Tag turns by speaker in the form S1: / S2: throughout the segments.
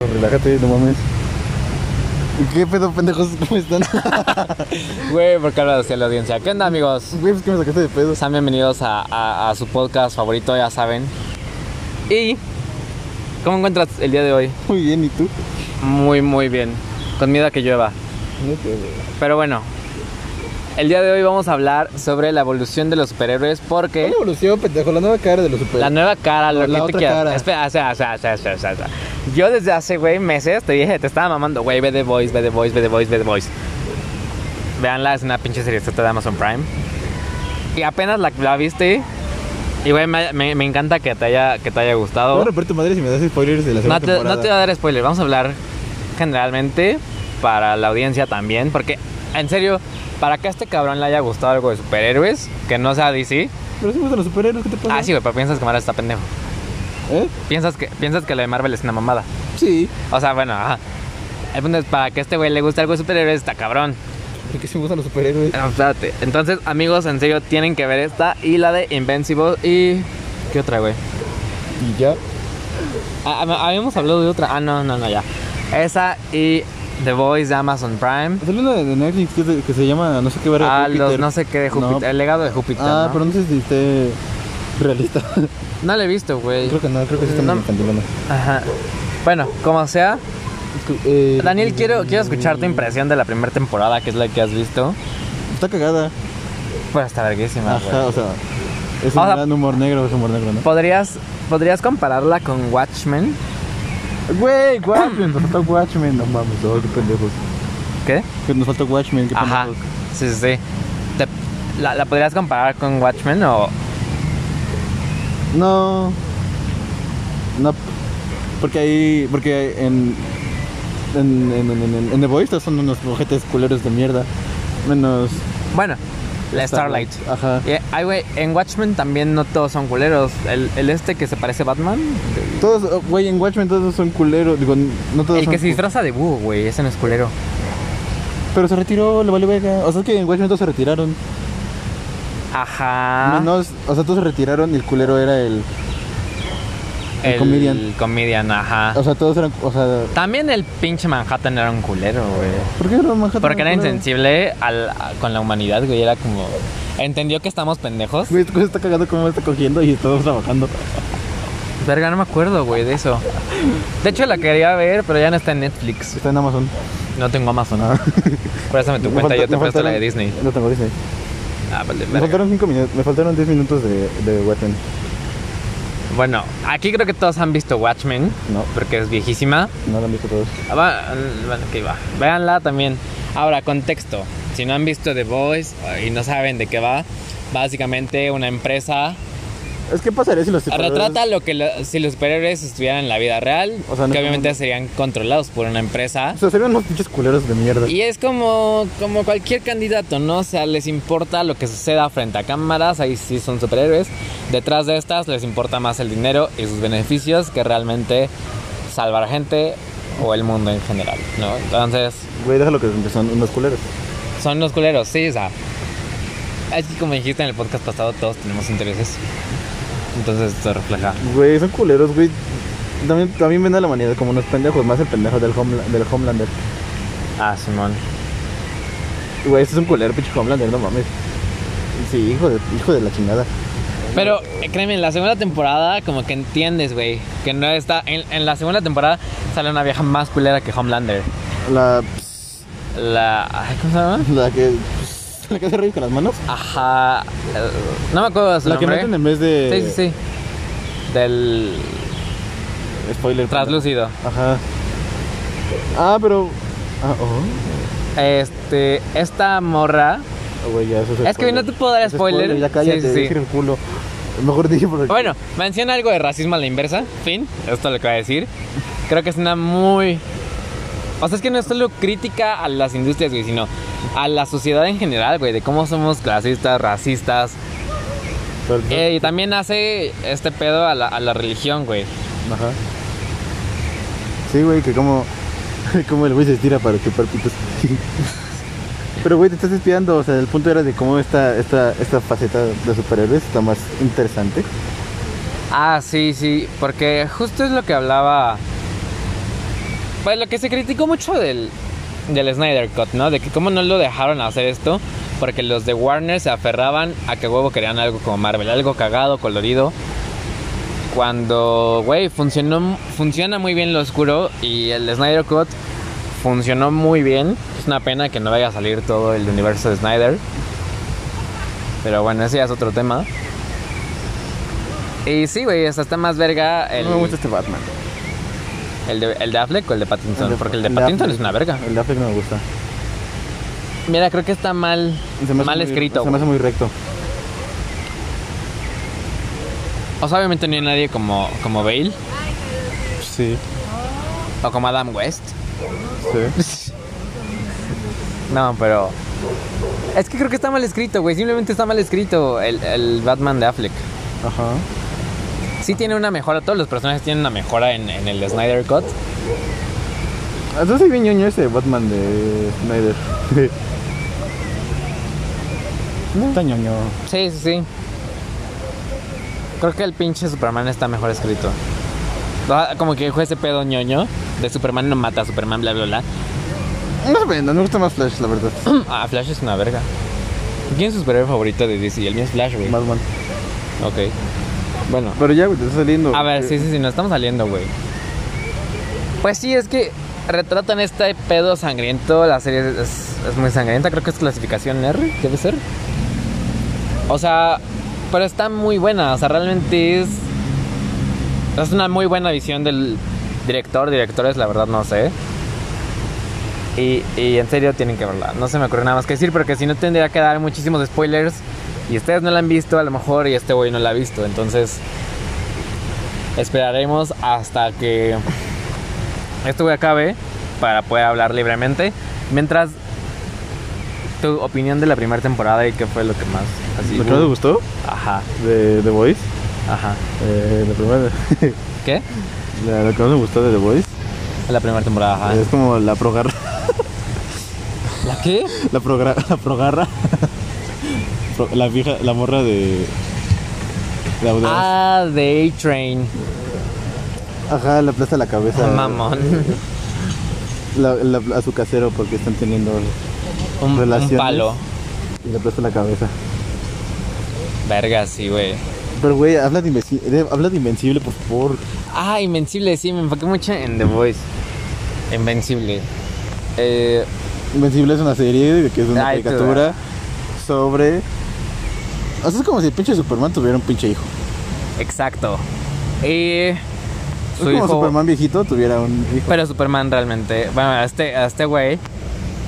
S1: Relájate, no mames. ¿Qué pedo, pendejos? ¿Cómo están?
S2: Güey, porque hablas hacia la audiencia. ¿Qué onda, amigos?
S1: Güey, pues que me sacaste de pedo.
S2: Sean bienvenidos a, a- a su podcast favorito, ya saben. ¿Y cómo encuentras el día de hoy?
S1: Muy bien, ¿y tú?
S2: Muy, muy bien. Con miedo a que llueva. Pero bueno, el día de hoy vamos a hablar sobre la evolución de los superhéroes
S1: ¿Qué
S2: porque
S1: evolución, pendejo? La nueva cara de los super.
S2: la nueva cara, lo
S1: Pues, La
S2: que
S1: otra
S2: te quieras.
S1: cara.
S2: Espera, o sea, o sea, o sea, o sea, o sea, o sea. Yo desde hace, güey, meses te dije, te estaba mamando, güey, ve The Voice, ve The Voice, ve The Voice, ve The Voice. Veanla, es una pinche serie está de Amazon Prime. Y apenas la, la viste. Y, güey, me, me- me encanta que te haya, que te haya
S1: Voy
S2: gustado.
S1: a romper tu madre si me das spoilers de la segunda
S2: No te, no
S1: temporada.
S2: te voy a dar spoiler, vamos a hablar generalmente para la audiencia también, porque en serio, para que a este cabrón le haya gustado algo de superhéroes, que no sea DC,
S1: Pero si me gustan los superhéroes, ¿qué te pasa?
S2: ah sí, güey, pero piensas que Marvel está pendejo,
S1: ¿Eh?
S2: piensas que, piensas que lo de Marvel es una mamada,
S1: Sí.
S2: o sea, bueno, ajá. El punto es, para que a este güey le guste algo de superhéroes, está cabrón.
S1: Porque si me gustan los superhéroes.
S2: No, espérate. Entonces, amigos, en serio, tienen que ver esta y la de Invincible y... ¿Qué otra, güey?
S1: Y ya.
S2: Ah, ah, habíamos hablado de otra. Ah, no, no, no, ya. Esa y The Voice de Amazon Prime.
S1: Salió una de Netflix que, se- que se llama no sé qué verga.
S2: Ah,
S1: Júpiter.
S2: los no sé qué de Júpiter.
S1: No.
S2: El legado de Júpiter.
S1: Ah,
S2: ¿no?
S1: pero no sé si esté realista.
S2: No lo he visto, güey.
S1: creo que no, creo que sí está
S2: No.
S1: muy cantilona.
S2: Ajá. Bueno, como sea.
S1: eh,
S2: Daniel, quiero, quiero escuchar tu impresión de la primera temporada, que es la que has visto.
S1: Está cagada.
S2: Pues está verguísima,
S1: Ajá,
S2: güey.
S1: o sea. Es
S2: O
S1: un
S2: sea-
S1: gran humor negro, es humor negro, ¿no?
S2: ¿Podrías, ¿Podrías compararla con Watchmen?
S1: Güey, Watchmen, nos faltó Watchmen, no mames, oh, qué pendejos.
S2: ¿Qué?
S1: Que nos faltó Watchmen, qué
S2: Ajá.
S1: pendejos.
S2: Sí, sí, sí. Te- la, ¿La podrías comparar con Watchmen o...?
S1: No. No. Porque ahí. Porque en. En, en, en, en, en The Voice son unos mojetes culeros de mierda. Menos.
S2: Bueno, la Starlight.
S1: Ajá.
S2: Y, ay, güey, en Watchmen también no todos son culeros. El, el este que se parece a Batman,
S1: Todos, oh, güey, en Watchmen todos son culeros. Digo, no todos
S2: El
S1: son
S2: que se
S1: cu-
S2: disfraza de búho, güey, ese no es culero.
S1: Pero se retiró, le valió verga. O sea, es que en Watchmen todos se retiraron.
S2: Ajá.
S1: Menos. O sea, todos se retiraron y el culero era el. el comedian.
S2: El comedian, ajá.
S1: O sea, todos eran. O sea.
S2: También el pinche Manhattan era un culero, güey.
S1: ¿Por qué era Manhattan?
S2: Porque era
S1: culero?
S2: insensible al, a- con la humanidad, güey. Era como. Entendió que estamos pendejos.
S1: Güey, esta cosa está cagando como está cogiendo y estamos trabajando.
S2: Verga, no me acuerdo, güey, de eso. De hecho, la quería ver, pero ya no está en Netflix.
S1: Está en Amazon.
S2: No tengo Amazon.
S1: Ah.
S2: Préstame tu
S1: Me
S2: cuenta,
S1: falta-
S2: yo te
S1: me
S2: presto la de
S1: faltaron-
S2: Disney.
S1: No tengo Disney.
S2: Ah, vale,
S1: Me
S2: verga.
S1: faltaron 5 minutos, me faltaron 10 minutos de, de Watchmen.
S2: Bueno, aquí creo que todos han visto Watchmen,
S1: No,
S2: porque es viejísima.
S1: no lo han visto todos.
S2: Ah, va- Bueno, que va. Véanla también. Ahora, contexto. Si no han visto The Voice eh, y no saben de qué va, básicamente una empresa
S1: Es que pasaría si los superhéroes-
S2: retrata lo que lo- si los superhéroes estuvieran en la vida real,
S1: O sea, no
S2: que
S1: es
S2: obviamente
S1: como-
S2: serían controlados por una empresa.
S1: O sea, serían unos pinches culeros de mierda.
S2: Y es como, como cualquier candidato, ¿no? O sea, les importa lo que suceda frente a cámaras, ahí sí son superhéroes. Detrás de estas les importa más el dinero y sus beneficios que realmente salvar gente o el mundo en general, ¿no? Entonces,
S1: Güey, déjalo que son unos culeros.
S2: son los culeros, sí, o sea. Es que como dijiste en el podcast pasado, todos tenemos intereses. Entonces esto refleja.
S1: Güey, son culeros, güey. También, también ven a la humanidad como unos pendejos, más el pendejo del, Homela- del Homelander.
S2: Ah, Simón.
S1: Güey, este es un culero, pinche Homelander, no mames. Sí, hijo de, hijo de la chingada.
S2: Pero eh, créeme, en la segunda temporada como que entiendes, güey. Que no está... En, en la segunda temporada sale una vieja más culera que Homelander.
S1: La,
S2: La... ay, ¿Cómo se llama?
S1: la que. La que hace reír con las manos.
S2: Ajá... eh, no me acuerdo de su
S1: La que
S2: nombre.
S1: meten en vez de.
S2: Sí, sí, sí. Del...
S1: Spoiler.
S2: Translúcido.
S1: Ajá. Ah, pero. Ah, oh.
S2: Este... Esta morra...
S1: Oh, güey, ya, eso
S2: Es que no te puedo dar
S1: Eso es
S2: spoiler.
S1: Ya
S2: Sí,
S1: cállate,
S2: sí, sí.
S1: dije el culo. Mejor dije por
S2: Bueno, menciona algo de racismo a la inversa, fin, esto es lo que voy a decir. Creo que es una muy... O sea, es que no es solo crítica a las industrias, güey, sino a la sociedad en general, güey, de cómo somos clasistas, racistas.
S1: Pero-
S2: Eh, y también hace este pedo a la, a la religión, güey.
S1: Ajá. Sí, güey, que como. Como el güey se estira para chupar pitos. Pero, güey, te estás espiando. O sea, el punto era de cómo esta, esta, esta faceta de superhéroes está más interesante.
S2: Ah, sí, sí, porque justo es lo que hablaba Pues lo que se criticó mucho del, del Snyder Cut, ¿no? De que cómo no lo dejaron hacer esto, porque los de Warner se aferraban a que huevo querían algo como Marvel, algo cagado, colorido. Cuando, güey, funcionó, funciona muy bien lo oscuro y el Snyder Cut funcionó muy bien. Es una pena que no vaya a salir todo el universo de Snyder. Pero bueno, ese ya es otro tema. Y sí, güey, hasta está más verga el,
S1: No me gusta este Batman.
S2: el, de, el de Affleck o el de Pattinson.
S1: de-
S2: porque el de
S1: el de
S2: Pattinson
S1: Affleck.
S2: es una verga.
S1: El de Affleck no me gusta.
S2: Mira, creo que está mal,
S1: Se me hace
S2: mal
S1: muy-
S2: escrito.
S1: Se me hace muy recto.
S2: O sea, obviamente no hay nadie como, como Bale
S1: Sí,
S2: o como Adam West.
S1: sí.
S2: No, pero. Es que creo que está mal escrito, güey. Simplemente está mal escrito el, el Batman de Affleck.
S1: Ajá.
S2: Sí tiene una mejora, todos los personajes tienen una mejora en, en el Snyder Cut.
S1: Entonces soy bien ñoño ese Batman de Snyder. Está ñoño.
S2: Sí, sí, sí. Creo que el pinche Superman está mejor escrito. Ah, Como que fue ese pedo ñoño de Superman no mata a Superman, bla, bla, bla.
S1: No se vendan, me gusta más Flash, la verdad.
S2: Ah, Flash es una verga. ¿Quién es su superhéroe favorito de DC? El mío es Flash, güey.
S1: Batman.
S2: Ok. Bueno.
S1: Pero ya, güey, te está saliendo. Eh,
S2: A ver, sí, sí, sí, nos estamos saliendo, güey. Pues sí, es que retratan este pedo sangriento. La serie es, es muy sangrienta. Creo que es clasificación R, debe ser. O sea, pero está muy buena. O sea, realmente es. Es una muy buena visión del director. Directores, la verdad, no sé. Y, y en serio tienen que verla. No se me ocurre nada más que decir, porque si no tendría que dar muchísimos spoilers. Y ustedes no la han visto, a lo mejor, y este güey no la ha visto. Entonces, esperaremos hasta que esto güey acabe para poder hablar libremente. Mientras, tu opinión de la primera temporada y qué fue lo que más. así,
S1: ¿Lo que más te
S2: uh,
S1: gustó
S2: Ajá,
S1: de The Voice?
S2: ajá.
S1: Eh, la primera.
S2: ¿Qué?
S1: la, lo que más me gustó de The Voice
S2: La primera temporada, ajá.
S1: es como la progarra.
S2: ¿La qué?
S1: La, progra, la progarra. Pro- la vieja, la morra de. De Audaz.
S2: Ah, The A-Train.
S1: Ajá, le aplasta la cabeza.
S2: Mamón.
S1: la- la- a su casero porque están teniendo.
S2: Un, un
S1: Relaciones.
S2: palo.
S1: Y le aplasta la cabeza.
S2: Verga, sí, güey.
S1: Pero, güey, habla de, Invenci- de- habla de Invencible, por favor.
S2: Ah, Invencible, sí, me enfoqué mucho en The Voice. Invencible. Eh,
S1: Invencible es una serie de que es una
S2: Ay, tú,
S1: caricatura sobre. O sea, es como si el pinche Superman tuviera un pinche hijo.
S2: exacto. Y.
S1: Es
S2: Su
S1: como
S2: hijo.
S1: Superman viejito tuviera un hijo.
S2: Pero Superman realmente. Bueno, a este, a este güey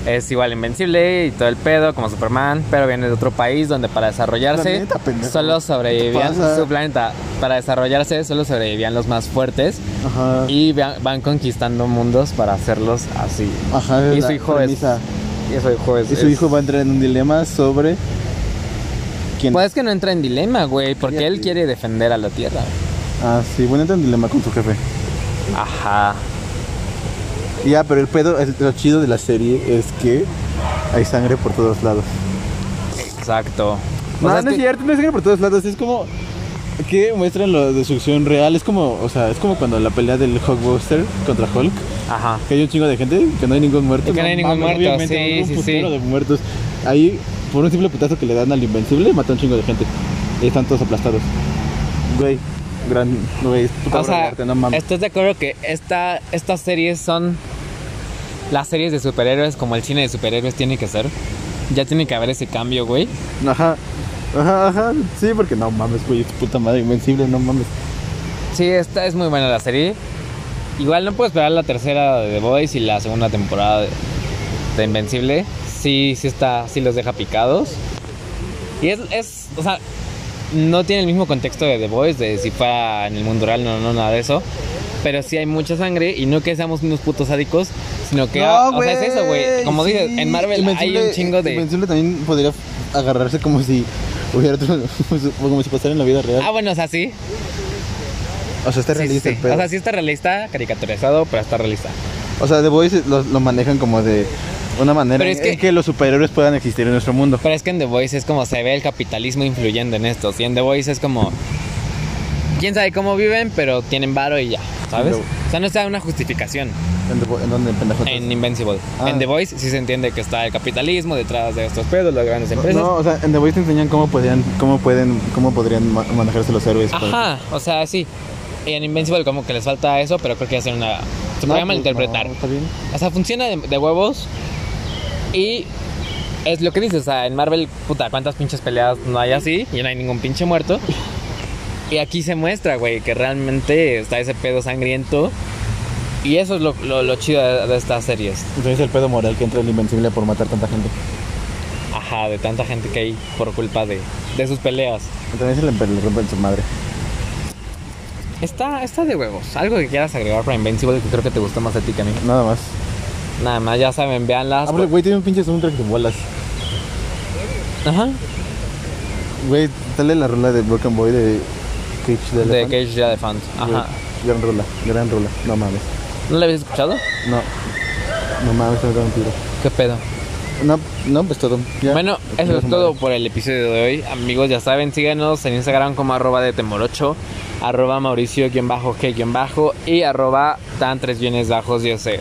S2: es igual invencible y todo el pedo como Superman, pero viene de otro país donde para desarrollarse
S1: Planeta, pendejo.
S2: solo sobrevivían
S1: ¿Qué te pasa?
S2: su planeta. Para desarrollarse solo sobrevivían los más fuertes
S1: Ajá.
S2: y va- van conquistando mundos para hacerlos así.
S1: Ajá, es
S2: y
S1: la
S2: su hijo es-
S1: premisa.
S2: Y su hijo es.
S1: Y su
S2: es-
S1: hijo va a entrar en un dilema sobre. ¿Quién?
S2: Pues es que no entra en dilema, güey, porque él
S1: Fíjate.
S2: quiere defender a la Tierra.
S1: Ah, sí, bueno, entra en dilema con su jefe.
S2: Ajá.
S1: Y Ya, pero el pedo, el- lo chido de la serie es que hay sangre por todos lados.
S2: Exacto. O
S1: No,
S2: sea,
S1: no
S2: es
S1: es,
S2: que-
S1: cierto, no hay sangre por todos lados. Es como que muestran la destrucción real. Es como, o sea, es como cuando la pelea del Hulkbuster contra Hulk.
S2: Ajá.
S1: Que hay un chingo de gente, que no hay ningún muerto.
S2: Y que no hay ningún muerto,
S1: obviamente,
S2: sí,
S1: hubo un
S2: sí,
S1: putero
S2: sí.
S1: de muertos. Ahí, por un simple putazo que le dan al Invencible, mata un chingo de gente. Y están todos aplastados. Güey, gran, güey, es puta
S2: O
S1: obra de
S2: sea,
S1: arte, no mames.
S2: ¿estás de acuerdo que esta, estas series son las series de superhéroes como el cine de superhéroes tiene que ser? Ya tiene que haber ese cambio, güey.
S1: Ajá. Ajá, ajá, sí, porque no mames, güey, es puta madre, invencible, no mames.
S2: Sí, esta es muy buena la serie. Igual no puedo esperar la tercera de The Voice y la segunda temporada de, de Invencible. Sí, sí está, sí los deja picados. Y es, es, o sea, no tiene el mismo contexto de The Voice, de si fuera en el mundo real, no, no, nada de eso. Pero sí hay mucha sangre y no que seamos unos putos sádicos, sino que, ah,
S1: No,
S2: o sea, es eso, güey. Como
S1: sí.
S2: dices, en Marvel hay
S1: Invencible-
S2: un chingo de...
S1: Invencible también podría agarrarse como si hubiera otro- como si pasara en la vida real.
S2: Ah, bueno, o sea, sí.
S1: o sea, está
S2: sí,
S1: realista
S2: sí.
S1: el pedo.
S2: O sea, sí está realista, caricaturizado, pero está realista.
S1: The Boys lo, lo manejan como de una manera
S2: Pero es
S1: en- en
S2: que-
S1: que los superhéroes puedan existir en nuestro mundo.
S2: Pero es que en The Voice es como se ve el capitalismo influyendo en esto. Y en The Voice es como. Quién sabe cómo viven, pero tienen varo y ya, ¿sabes?
S1: Pero-
S2: sea, no está una justificación
S1: ¿En, dónde- en dónde, pendejo?
S2: en Invincible.
S1: Ah.
S2: En The Voice sí se entiende que está el capitalismo detrás de estos pedos, las grandes empresas.
S1: No, o sea, en The Voice te enseñan cómo podrían, cómo pueden, cómo podrían ma- manejarse los héroes. pues. para-
S2: Ajá, o sea, sí. En Invincible como que les falta eso, pero creo que hacen una... Se
S1: No,
S2: podría
S1: pues,
S2: malinterpretar.
S1: no, está bien.
S2: O sea, funciona de, de huevos. Y es lo que dices, o sea, en Marvel, puta, cuántas pinches peleas no hay así y no hay ningún pinche muerto. Y aquí se muestra, güey, que realmente está ese pedo sangriento. Y eso es lo, lo- lo chido de, de estas series.
S1: Entonces el pedo moral que entra el invencible por matar tanta gente.
S2: Ajá, de tanta gente que hay por culpa de, de sus peleas.
S1: Entonces le, le rompen su madre.
S2: Está, está de huevos. Algo que quieras agregar para Invincible que creo que te gustó más a ti que a mí.
S1: Nada más.
S2: Nada más, ya saben, veanlas.
S1: Ah, pero, güey, tiene un pinche soundtrack de bolas.
S2: Ajá.
S1: Güey, dale la rola de Broken Boy de Cage de
S2: De
S1: Elephant.
S2: Cage the Elephant.
S1: Güey,
S2: Ajá.
S1: Gran rola, gran rola. No mames.
S2: ¿No la habías escuchado?
S1: No. No mames, me da un tiro.
S2: ¿Qué pedo?
S1: No, no, pues todo. Ya.
S2: Bueno, eso
S1: Chinga
S2: es
S1: su
S2: todo
S1: madre.
S2: por el episodio de hoy. Amigos, ya saben, síganos en Instagram como arroba de temorocho, arroba mauricio-g- y arroba tan tres bienes bajos yo sé.